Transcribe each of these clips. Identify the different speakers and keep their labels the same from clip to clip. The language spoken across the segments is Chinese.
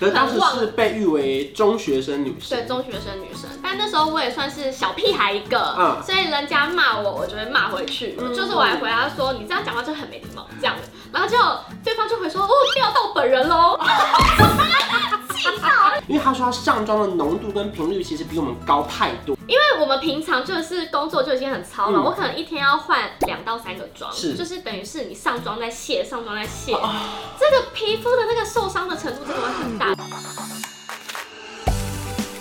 Speaker 1: 可是当时
Speaker 2: 很
Speaker 1: 是被誉为中学生女生
Speaker 2: 对，，中学生女生，但那时候我也算是小屁孩一个，
Speaker 1: 嗯
Speaker 2: 所以人家骂我，我就会骂回去，
Speaker 1: 嗯
Speaker 2: 就是我还回答说你这样讲话就很没礼貌这样的，然后就对方就会说哦，钓到本人喽，
Speaker 1: 因为他说他上妆的浓度跟频率其实比我们高太多，
Speaker 2: 因为我们平常就是工作就已经很操劳，
Speaker 1: 嗯
Speaker 2: 我可能一天要换两到三个妆，
Speaker 1: 是哦
Speaker 2: 就是等于是你上妆在卸，上妆在卸，这个皮肤的那个受伤的程度真的会很大。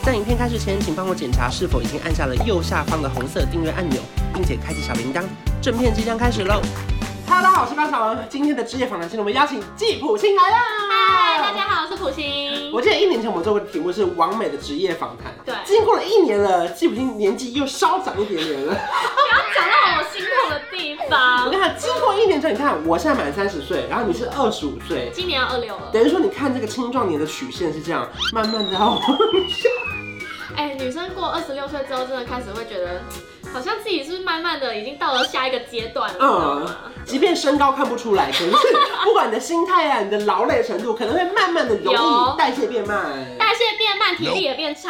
Speaker 1: 在影片开始前，请帮我检查是否已经按下了右下方的红色订阅按钮，并且开启小铃铛。正片即将开始喽！Hello，大家好，我是班小文。今天的职业访谈现场，我们邀请季普清来啦！
Speaker 2: 嗨，大家好，我是普星。
Speaker 1: 我记得一年前我们做过的题目是完美的职业访谈。
Speaker 2: 对
Speaker 1: 经过了一年了，季普清年纪又稍长一点点了。
Speaker 2: 不要讲到我心痛的地
Speaker 1: 我
Speaker 2: 方
Speaker 1: 跟。你讲，经过一年之后，你看我现在满三十岁，然后你是二十五岁，
Speaker 2: 今年要二六了，
Speaker 1: 等于说你看这个青壮年的曲线是这样，慢慢哦的往下。
Speaker 2: 哎、女生过二十六岁之后，真的开始会觉得，好像自己是慢慢的已经到了下一个阶段了，你知道
Speaker 1: 嗯
Speaker 2: 吗？，
Speaker 1: 即便身高看不出来，可是不管你的心态啊，你的劳累程度，可能会慢慢的容
Speaker 2: 有
Speaker 1: 易代谢变慢。
Speaker 2: 代谢变慢，体力也变差。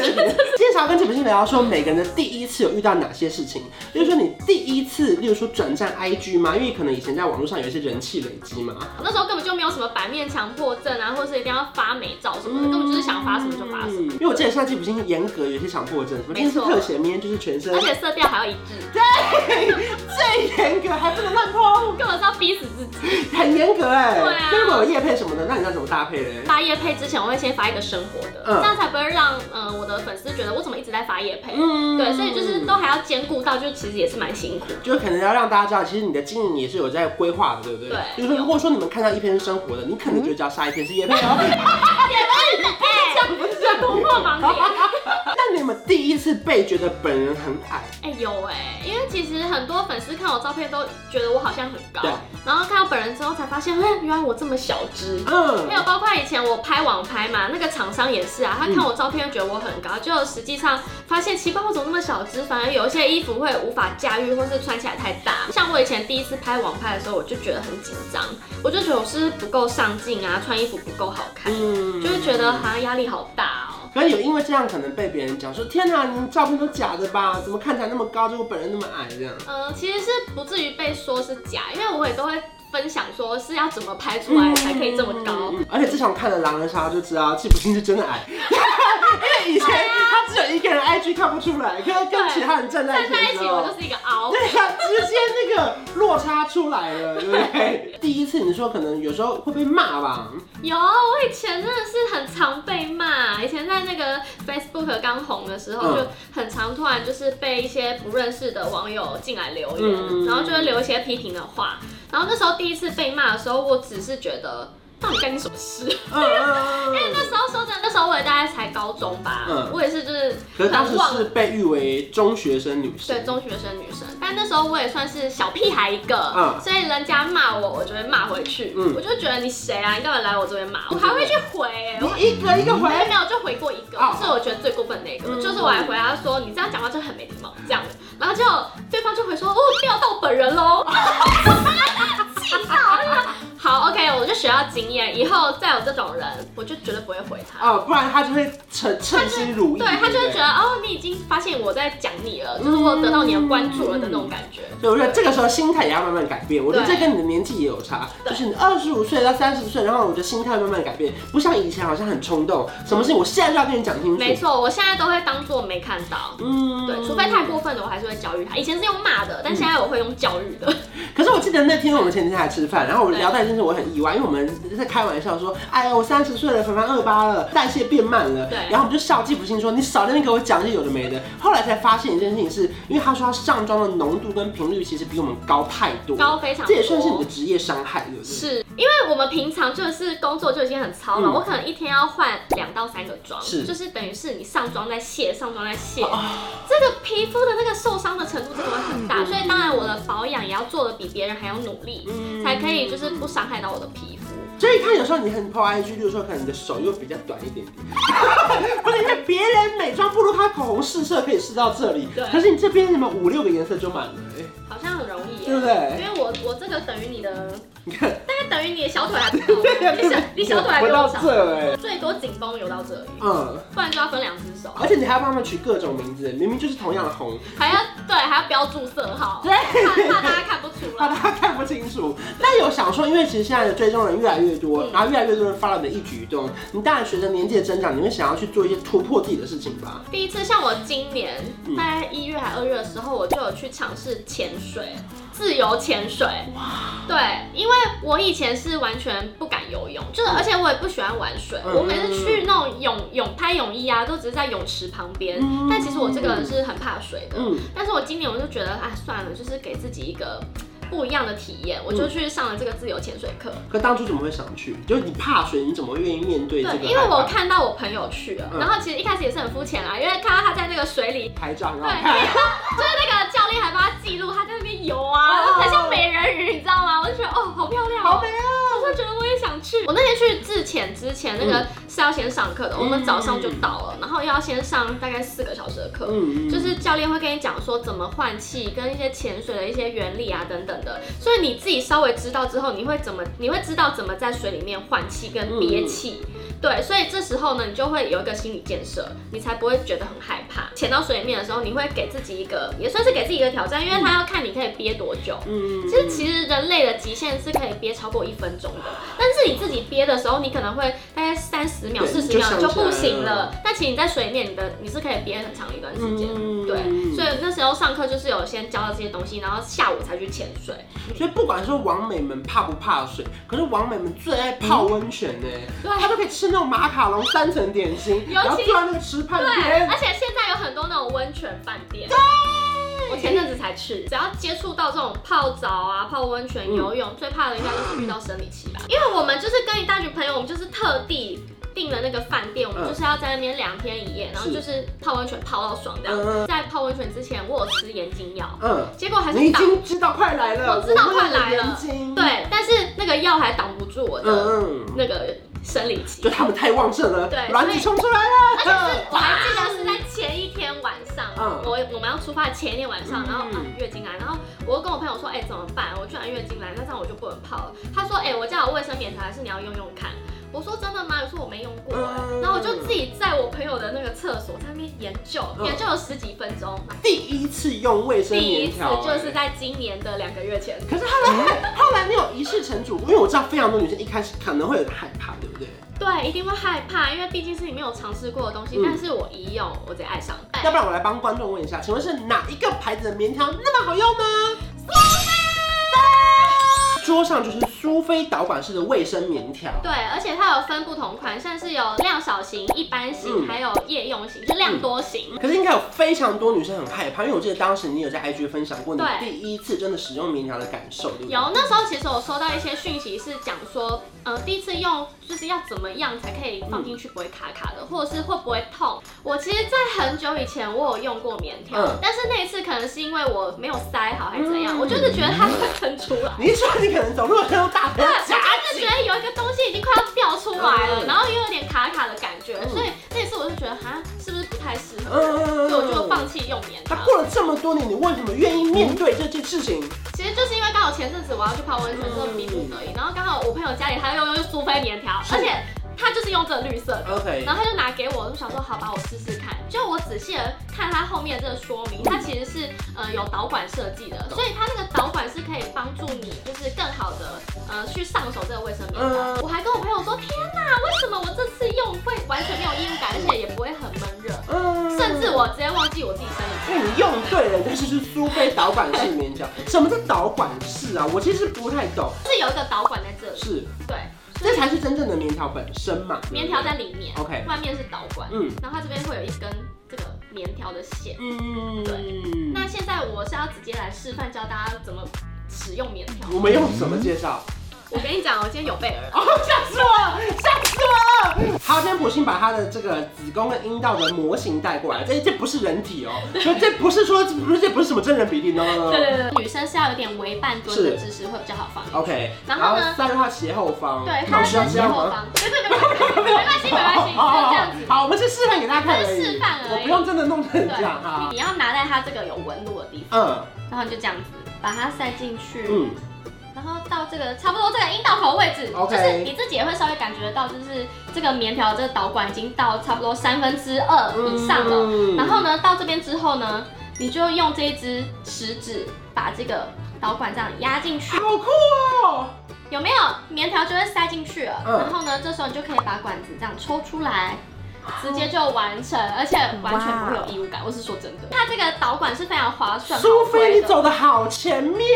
Speaker 1: 今天想要跟陈培欣聊说，每个人的第一次有遇到哪些事情？例如说你第一次，例如说转战 IG 嘛，因为可能以前在网络上有一些人气累积嘛，
Speaker 2: 那时候根本就没有什么版面强迫症啊，或是一定要发美照什
Speaker 1: 嗯
Speaker 2: 么的，根本就是想发什么就发什么，
Speaker 1: 嗯，因为我记得现在季普星严格有一些强迫症，什么今天是
Speaker 2: 没错
Speaker 1: 特写，明天就是全身
Speaker 2: 而，且色调还要一致，
Speaker 1: 最严格还不能乱碰，
Speaker 2: 根本是要逼死自己。
Speaker 1: 很严格哎。
Speaker 2: 对啊
Speaker 1: 那如果有夜配什么的，那你要怎么搭配嘞？
Speaker 2: 发夜配之前，我会先发一个生活的，
Speaker 1: 嗯
Speaker 2: 这样才不会让呃我的粉丝觉得我怎么一直在发夜配。
Speaker 1: 嗯
Speaker 2: 对，所以就是都还要兼顾到，就其实也是蛮辛苦 的。
Speaker 1: 就可能要让大家知道，其实你的经营也是有在规划的，对不对？
Speaker 2: 对
Speaker 1: 就是说，如果说你们看到一篇是生活的，你可能就知道下一篇是叶 配哦。
Speaker 2: 哎、
Speaker 1: 不是这
Speaker 2: 这
Speaker 1: 样
Speaker 2: 突破盲点。
Speaker 1: 那你们第一次被觉得本人很矮，
Speaker 2: 哎、有哎、因为其实很多粉丝看我照片都觉得我好像很高
Speaker 1: 对，
Speaker 2: 然后看到本人之后才发现，哎、原来我这么小只。还有
Speaker 1: 嗯，
Speaker 2: 包括以前我拍网拍嘛，那个厂商也是啊，他看我照片觉得我很高，就实际上发现奇怪，我怎么那么小只？反而有一些衣服会无法驾驭，或是穿起来太大。像我以前第一次拍网拍的时候，我就觉得很紧张，我就觉得我是不是不够上镜啊，穿衣服不够好看，
Speaker 1: 嗯
Speaker 2: 就会觉得好像压力好大哦。
Speaker 1: 可能有因为这样，可能被别人讲说，天哪，你照片都假的吧？怎么看起来那么高，结果本人那么矮这样？
Speaker 2: 嗯，其实是不至于被说是假，因为我也都会分享说是要怎么拍出来才可以这么高。
Speaker 1: 嗯而且自从看了《狼人杀》就知道，季普星是真的矮， 因为以前他只有一个人 IG 看不出来，可是跟
Speaker 2: 对
Speaker 1: 其他人站在一
Speaker 2: 站
Speaker 1: 起
Speaker 2: 在
Speaker 1: 的
Speaker 2: 一
Speaker 1: 时
Speaker 2: 起，
Speaker 1: 候
Speaker 2: 我就是一个凹。
Speaker 1: 对呀、直接那个落差出来了，对不对？第一次你说可能有时候会被骂吧，
Speaker 2: 有，我以前真的是很常被骂。以前在那个 Facebook 刚红的时候，
Speaker 1: 嗯
Speaker 2: 就很常突然就是被一些不认识的网友进来留言，
Speaker 1: 嗯
Speaker 2: 然后就会留一些批评的话。然后那时候第一次被骂的时候，我只是觉得。到底干你什么事？
Speaker 1: 嗯嗯，嗯
Speaker 2: 因为那时候说真的，那时候我也大概才高中吧，
Speaker 1: 嗯
Speaker 2: 我也是就是
Speaker 1: 可是当
Speaker 2: 很
Speaker 1: 时
Speaker 2: 忘
Speaker 1: 是被誉为中学生女生
Speaker 2: 对，中学生女生，但那时候我也算是小屁孩一个，
Speaker 1: 嗯
Speaker 2: 所以人家骂我，我就会骂回去，
Speaker 1: 嗯
Speaker 2: 我就觉得你谁啊，你干嘛来我这边骂？我还会去回、欸，我
Speaker 1: 你一个一个回，
Speaker 2: 没有，就回过一个，
Speaker 1: 哦
Speaker 2: 这是我觉得最过分的一个，
Speaker 1: 嗯
Speaker 2: 就是我还回答说你这样讲话就很没礼貌这样的，然后就对方就会说哦钓到本人喽，气到我就说 好 OK，我就学到经验，以后再有这种人，我就绝对不会回他。
Speaker 1: 啊、不然他就会称称心如意，
Speaker 2: 对他就
Speaker 1: 不
Speaker 2: 会觉得哦，你已经发现我在讲你了，就是我有得到你的关注了的那种感觉。
Speaker 1: 对，我觉得这个时候心态也要慢慢改变。我觉得
Speaker 2: 对
Speaker 1: 这跟你的年纪也有差，
Speaker 2: 对
Speaker 1: 就是你二十五岁到三十岁，然后我觉得心态慢慢改变，不像以前好像很冲动，什么事情我现在就要跟你讲清楚。
Speaker 2: 没，错，我现在都会当做没看到。
Speaker 1: 嗯
Speaker 2: 对，除非太过分的，我还是会教育他。以前是用骂的，但现在我会用教育的。
Speaker 1: 可是我记得那天我们前几天还吃饭，然后我
Speaker 2: 对
Speaker 1: 聊到一件事，我很意外，因为我们在开玩笑说，哎呀，我三十岁了，凡凡二八了，代谢变慢了。
Speaker 2: 对
Speaker 1: 然后我们就笑记不清说，你少在那边给我讲些有的没的。后来才发现一件事情是，因为他说他上妆的浓度跟频率其实比我们高太多，
Speaker 2: 高非常多
Speaker 1: 这也算是你的职业伤害，对不对？
Speaker 2: 是因为我们平常就是工作就已经很操劳，
Speaker 1: 嗯
Speaker 2: 我可能一天要换两到三个妆，
Speaker 1: 是哦
Speaker 2: 就是等于是你上妆在卸，上妆在卸，这个皮肤的那个受伤的程度真的会很大，所以当然我的保养也要做的比别人还要努力，
Speaker 1: 嗯
Speaker 2: 才可以就是不伤害到我的皮肤。
Speaker 1: 所以他有时候你很 po IG，例如说可能你的手又比较短一点 点，不是因为别人美妆不如他口红试色可以试到这里
Speaker 2: 对，
Speaker 1: 可是你这边什么五六个颜色就满了、哎
Speaker 2: 好像很容易耶，
Speaker 1: 对不对
Speaker 2: 因为我我这个等于你的
Speaker 1: 你看
Speaker 2: 大概等于你的小 腿还不够，你小你小腿还
Speaker 1: 我
Speaker 2: 比
Speaker 1: 到
Speaker 2: 我长，
Speaker 1: 这哎、
Speaker 2: 最多紧绷有到这里，
Speaker 1: 嗯，
Speaker 2: 不然就要分两只手，
Speaker 1: 而且你还要帮他们取各种名字，明明就是同样的红，
Speaker 2: 还要对还要标注色号，
Speaker 1: 对
Speaker 2: 怕怕大家看不出
Speaker 1: 怕
Speaker 2: 来。
Speaker 1: 大家看不清楚。但有想说，因为其实现在的追踪人越来越多，
Speaker 2: 嗯
Speaker 1: 然后越来越多人发了你的一举一动，你当然随着年纪的增长，你会想要去做一些突破自己的事情吧？
Speaker 2: 第一次，像我今年
Speaker 1: 嗯
Speaker 2: 大概一月还二月的时候，我就有去尝试潜水，自由潜水。对，因为我以前是完全不敢游泳，就是而且我也不喜欢玩水。
Speaker 1: 嗯
Speaker 2: 我每次去那种泳泳拍泳衣啊，都只是在泳池旁边。
Speaker 1: 嗯
Speaker 2: 但其实我这个人是很怕水的。
Speaker 1: 嗯，
Speaker 2: 但是我今年我就觉得，哎，算了，就是给自己一个不一样的体验，我就去上了这个自由潜水课。
Speaker 1: 可当初怎么会想去？就是你怕水，你怎么愿意面对这个害
Speaker 2: 对，
Speaker 1: 怕？
Speaker 2: 因为我看到我朋友去了，
Speaker 1: 嗯
Speaker 2: 然后其实一开始也是很肤浅啦，啊因为看到他在那个水里
Speaker 1: 拍照很
Speaker 2: 对，
Speaker 1: 好
Speaker 2: 就是
Speaker 1: 看。
Speaker 2: 那个教练还帮他记录，他在那边游啊，
Speaker 1: 哦
Speaker 2: 很像美人鱼，你知道吗？我就觉得哦，好漂亮，
Speaker 1: 好美
Speaker 2: 啊！我就觉得我也想去。嗯我那天去自潜之前，那个是要先上课的，我们早上就到了，然后要先上大概四个小时的课。
Speaker 1: 嗯
Speaker 2: 就是教练会跟你讲说怎么换气，跟一些潜水的一些原理啊等等的，所以你自己稍微知道之后，你会怎么，你会知道怎么在水里面换气跟憋气。对，所以这时候呢，你就会有一个心理建设，你才不会觉得很害怕。潜到水里面的时候，你会给自己一个，也算是给自己一个挑战，因为他要看你可以憋多久。
Speaker 1: 嗯
Speaker 2: 其实，其实人类的极限是可以憋超过一分钟的，但是你自己憋的时候，你可能会大概三十秒、
Speaker 1: 对
Speaker 2: 四十秒
Speaker 1: 就想
Speaker 2: 你就
Speaker 1: 起来
Speaker 2: 不行
Speaker 1: 了
Speaker 2: 了。但其实你在水里面，你的你是可以憋很长一段时间。
Speaker 1: 嗯
Speaker 2: 对，所以那时候上课就是有先教了这些东西，然后下午才去潜水。
Speaker 1: 所以不管是王美们怕不怕水，可是王美们最爱泡温泉呢、
Speaker 2: 对
Speaker 1: 她都可以吃那种马卡龙三层点心，
Speaker 2: 嗯其
Speaker 1: 然后坐在那个池畔
Speaker 2: 对，
Speaker 1: 边，
Speaker 2: 而且现在有很多那种温泉饭店。我前阵子才去，只要接触到这种泡澡啊、泡温泉、
Speaker 1: 嗯
Speaker 2: 游泳，最怕的应该就是遇到生理期吧。因为我们就是跟一大群朋友，我们就是特地订了那个饭店，我
Speaker 1: 嗯
Speaker 2: 们就是要在那边两天一夜，然后
Speaker 1: 是
Speaker 2: 就是泡温泉泡到爽这样。
Speaker 1: 嗯
Speaker 2: 在泡温泉之前，我有吃眼睛药，
Speaker 1: 嗯，
Speaker 2: 结果还
Speaker 1: 你
Speaker 2: 是
Speaker 1: 已
Speaker 2: 挡
Speaker 1: 经知道快来了，
Speaker 2: 我知道快
Speaker 1: 我们
Speaker 2: 来了
Speaker 1: 有眼睛，
Speaker 2: 对，但是那个药还挡不住我的
Speaker 1: 嗯嗯，
Speaker 2: 那个生理期。
Speaker 1: 就他们太旺盛了，
Speaker 2: 对
Speaker 1: 卵子冲出来
Speaker 2: 而且是
Speaker 1: 了，
Speaker 2: 我还记得是在前一天晚上，
Speaker 1: 嗯
Speaker 2: 我我们要出发的前一天晚上，
Speaker 1: 嗯
Speaker 2: 然后啊月经来，然后我又跟我朋友说，哎、怎么办？我居然月经来，那这样我就不能泡了。他说，哎、我叫我卫生棉条，还是你要用用看？我说真的吗？我说我没用过、哎
Speaker 1: 嗯
Speaker 2: 然后我就自己在我朋友的那个厕所在那边研究，
Speaker 1: 嗯
Speaker 2: 研究了十几分钟。
Speaker 1: 第一次用卫生
Speaker 2: 第一
Speaker 1: 棉
Speaker 2: 次
Speaker 1: 条、
Speaker 2: 就是。在今年的两个月前，
Speaker 1: 可是后来，后来你有一试成主顾，因为我知道非常多女生一开始可能会有点害怕，对不对？
Speaker 2: 对，一定会害怕，因为毕竟是你没有尝试过的东西。
Speaker 1: 嗯
Speaker 2: 但是我一用，我直接爱上。哎
Speaker 1: 要不然我来帮观众问一下，请问是哪一个牌子的棉条那么好用呢？桌上就是苏菲导管式的卫生棉条，
Speaker 2: 对，而且它有分不同款，像是有量小型、一般型，
Speaker 1: 嗯
Speaker 2: 还有夜用型，就量多型。
Speaker 1: 可是应该有非常多女生很害怕，因为我记得当时你有在 IG 分享过你
Speaker 2: 对
Speaker 1: 第一次真的使用棉条的感受，对不对？
Speaker 2: 有那时候其实我收到一些讯息是讲说，呃，第一次用就是要怎么样才可以放进去不会卡卡
Speaker 1: 嗯
Speaker 2: 的，或者是会不会痛。我其实，在很久以前我有用过棉条，
Speaker 1: 嗯
Speaker 2: 但是那一次可能是因为我没有塞好还是怎样，
Speaker 1: 嗯
Speaker 2: 我就是觉得它会喷出 来。
Speaker 1: 你一说你可能走路的时候大腿
Speaker 2: 对，
Speaker 1: 要
Speaker 2: 我
Speaker 1: 夹
Speaker 2: 真
Speaker 1: 紧
Speaker 2: 的觉，得有一个东西已经快要掉出来了，
Speaker 1: 嗯
Speaker 2: 然后又有点卡卡的感觉，
Speaker 1: 嗯
Speaker 2: 所以那次我就觉得，哈，是不是不太适合？
Speaker 1: 嗯
Speaker 2: 所以我就放弃用棉条
Speaker 1: 那。过了这么多年，你为什么愿意面对这件事情？
Speaker 2: 其实就是因为刚好前阵子我要去泡温泉，这个逼不得已，然后刚好我朋友家里他又用苏菲棉条，
Speaker 1: 是
Speaker 2: 而且他就是用这个绿色的。
Speaker 1: OK，
Speaker 2: 然后他就拿给我，我就想说好吧，我试试看。就我仔细的看它后面这个说明，它其实是呃有导管设计
Speaker 1: 嗯
Speaker 2: 的，所以它那个导管是可以帮助你就是更好的呃去上手这个卫生棉条。
Speaker 1: 嗯
Speaker 2: 我还跟我朋友说，天哪，为什么我这次用会完全没有异物感，而且也不会很闷热，
Speaker 1: 嗯
Speaker 2: 甚至我直接忘记我自己生理
Speaker 1: 因为你用对了，但是是苏菲导管式棉条。什么叫导管式啊？我其实不太懂，
Speaker 2: 期，是有一个导管在这里，
Speaker 1: 是
Speaker 2: 对，
Speaker 1: 这才是真正的棉条本身嘛？
Speaker 2: 棉条在里面。
Speaker 1: OK，
Speaker 2: 外面是导管，
Speaker 1: 嗯
Speaker 2: 然后它这边会有一根这个棉条的线。
Speaker 1: 嗯，
Speaker 2: 那现在我是要直接来示范教大家怎么使用棉条。
Speaker 1: 我们用什么介绍？
Speaker 2: 我跟你讲，我今天有备而来。
Speaker 1: 哦，吓死我了，吓死我了！好，今天普信把他的这个子宫跟阴道的模型带过来，这这不是人体 哦，所以这不是说这不是这不是什么真人比例，no no no。
Speaker 2: 对对对，女生是要有点微半蹲的
Speaker 1: 是
Speaker 2: 姿势会比较好放。
Speaker 1: OK，
Speaker 2: 然后呢
Speaker 1: 三的话斜后方，
Speaker 2: 对，
Speaker 1: 那
Speaker 2: 它
Speaker 1: 我需要
Speaker 2: 是
Speaker 1: 这
Speaker 2: 斜
Speaker 1: 样
Speaker 2: 后
Speaker 1: 吗？
Speaker 2: 方。对对对，没关系 没关 系，就是这样子。
Speaker 1: 好，我们是示范给大家看而已，
Speaker 2: 是示范而已
Speaker 1: 我不用真的弄成这样
Speaker 2: 对，
Speaker 1: 哈。
Speaker 2: 你你要拿在它这个有纹路的地方，
Speaker 1: 嗯
Speaker 2: 然后就这样子把它塞进去，
Speaker 1: 嗯，
Speaker 2: 然后到这个差不多这个阴道口位置
Speaker 1: OK
Speaker 2: 就是你自己也会稍微感觉得到，就是这个棉条这个导管已经到差不多三分之二以上了。
Speaker 1: 嗯
Speaker 2: 然后呢，到这边之后呢，你就用这一只食指把这个导管这样压进去，
Speaker 1: 好酷哦！
Speaker 2: 有没有棉条就会塞进去了。
Speaker 1: 嗯
Speaker 2: 然后呢，这时候你就可以把管子这样抽出来。直接就完成，而且完全不会有异物感。我是说真的，它这个导管是非常划算，
Speaker 1: 苏
Speaker 2: 好
Speaker 1: 菲，
Speaker 2: 贵
Speaker 1: 你
Speaker 2: 的
Speaker 1: 走的好前面，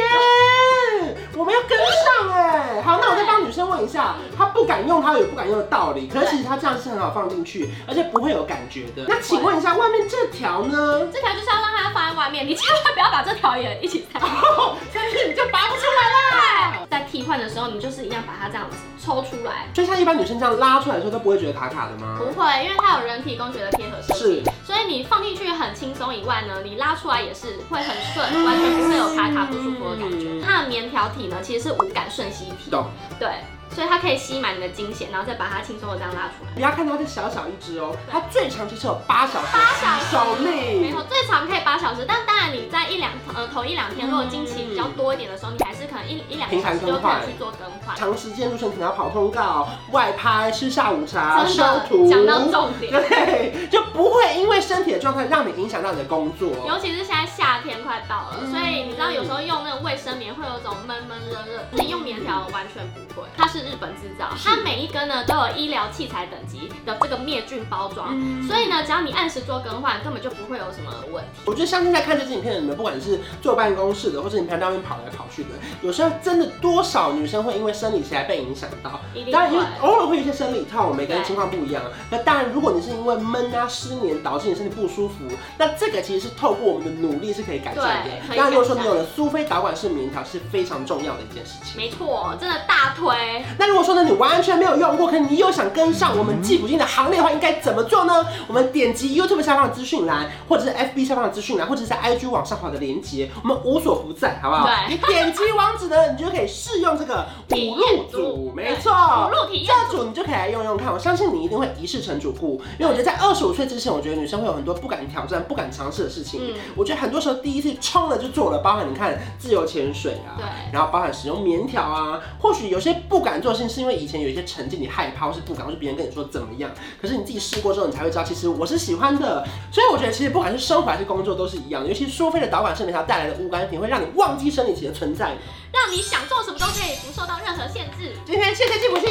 Speaker 1: 我们要跟上哎。好，那我再帮女生问一下，她不敢用，她有不敢用的道理，可是其实她这样是很好放进去，而且不会有感觉的。那请问一下，外面这条呢？
Speaker 2: 这条就是要让它放在外面，你千万不要把这条也一起塞进
Speaker 1: 哦，但是你就拔不出来啦。
Speaker 2: 来。在替换的时候，你就是一样把它这样子抽出来，
Speaker 1: 就像一般女生这样拉出来的时候都不会觉得卡卡的吗
Speaker 2: 不？会，因为它有人体工学的贴合设计，所以你放进去很轻松以外呢，你拉出来也是会很顺，完全不会有卡卡不舒服的感觉。它的棉条体呢，其实是无感瞬吸体，
Speaker 1: 懂。
Speaker 2: 对，所以它可以吸满你的经血，然后再把它轻松的这样拉出来。
Speaker 1: 不要看它这小小一只哦，它最长就是有八小时
Speaker 2: 八
Speaker 1: 的
Speaker 2: 小时，
Speaker 1: 手
Speaker 2: 没
Speaker 1: 力
Speaker 2: 错，。最长可以八小时，但当然你在一两呃头一两天，如果经期比较多一点的时候，你还是可能一一两个小时就可以去做更换。
Speaker 1: 长时间入城可能要跑通告、外拍、吃下午茶、
Speaker 2: 真
Speaker 1: 收
Speaker 2: 的
Speaker 1: 徒，
Speaker 2: 讲到重 点，
Speaker 1: 对，就不会因为身体的状态让你影响到你的工作。
Speaker 2: 尤其是现在夏天快到
Speaker 1: 嗯
Speaker 2: 了，所以你知道有时候用那种卫生棉会有一种闷闷热热，你用棉条完全不会，它是日本制造，它每一根呢都有医疗器材等级的这个灭菌包装，
Speaker 1: 嗯
Speaker 2: 所以呢只要你按时做更换，根本就不会有什么问题。
Speaker 1: 我觉得相信在看这支影片的你们，不管是坐办公室的，或是你平常在外面跑来跑去的，有时候真的多少女生会因为生理期来被影响到。
Speaker 2: 一定
Speaker 1: 当然，因为
Speaker 2: 会。
Speaker 1: 偶尔会有一些生理痛，每个人情况不一样。那当然，如果你是因为闷啊、失眠导致你身体不舒服，那这个其实是透过我们的努力是可以改善的
Speaker 2: 对。可以
Speaker 1: 那如果说
Speaker 2: 改
Speaker 1: 你
Speaker 2: 善
Speaker 1: 有了苏菲导管式棉条，是非常重要的一件事情。
Speaker 2: 没错，真的大推。
Speaker 1: 那如果说呢，你完全没有用过，可你又想跟上我们季普金的行列的话，应该怎么做呢？我们点击 YouTube 下方的资讯栏，或者是 FB 下方的资讯栏，或者是在 IG 往上滑的链接，我们无所不在，好不好？
Speaker 2: 对
Speaker 1: 你点击网址呢，你就可以试用这个
Speaker 2: 体
Speaker 1: 五
Speaker 2: 验
Speaker 1: 路
Speaker 2: 组
Speaker 1: 组，没
Speaker 2: 对
Speaker 1: 错，
Speaker 2: 五路体验组
Speaker 1: 这组你就可以来用用看，我相信你一定会一试成主顾，因为我觉得在二十五岁之前，我觉得女生会有很多不敢挑战、不敢尝试的事情。
Speaker 2: 嗯
Speaker 1: 我觉得很多时候第一次冲了就做了，包含你看自由潜水啊，
Speaker 2: 对
Speaker 1: 然后包含使用棉条啊，或许有些不敢做的事情是因为以前有一些成见，你害怕或是不敢，或是别人跟你说怎么样，可是你自己试过之后，你才会知道其实我是喜欢的。所以我觉得其实不管是生活还是工作都是一样的，尤其苏菲的导管生棉条带来的无感体会让你忘记生理期的存在。
Speaker 2: 让你想做什么都可以，不受到任何限制。
Speaker 1: 今天谢谢季普星。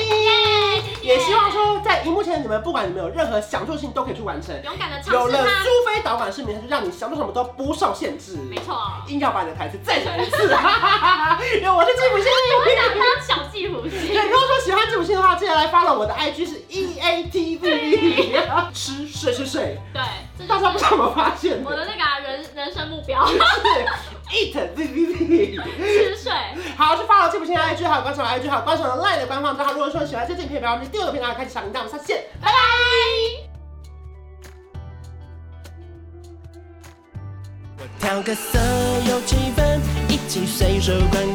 Speaker 1: 也希望说，在荧幕前的你们，不管你们有任何想做的事情，都可以去完成。
Speaker 2: 勇敢的
Speaker 1: 有
Speaker 2: 尝试
Speaker 1: 了
Speaker 2: 它
Speaker 1: 苏。菲导管视频，就让你想做什么都不受限制。
Speaker 2: 没错，
Speaker 1: 硬要把你的台词再讲一次， 哈哈哈哈！因为我是季 普
Speaker 2: 我想
Speaker 1: 星。
Speaker 2: 当小季虎星。
Speaker 1: 对，如果说喜欢季普星的话，记得来 follow 我的 IG 是 E A T V。吃睡睡睡，
Speaker 2: 对，这就
Speaker 1: 大家不知道
Speaker 2: 是
Speaker 1: 有没有发现
Speaker 2: 我
Speaker 1: 的，
Speaker 2: 的那个啊人人生目标，
Speaker 1: 是 Eat V V V。
Speaker 2: 吃水。
Speaker 1: 好，去 follow 季普星的 IG，还有观赏的 IG，还有观赏的 LINE 的官方账号。如果说喜欢这支影片，不要忘记订阅我的频道，开启小铃铛，我们下次见。
Speaker 2: 拜拜。
Speaker 3: 调个色有气氛，一起随手观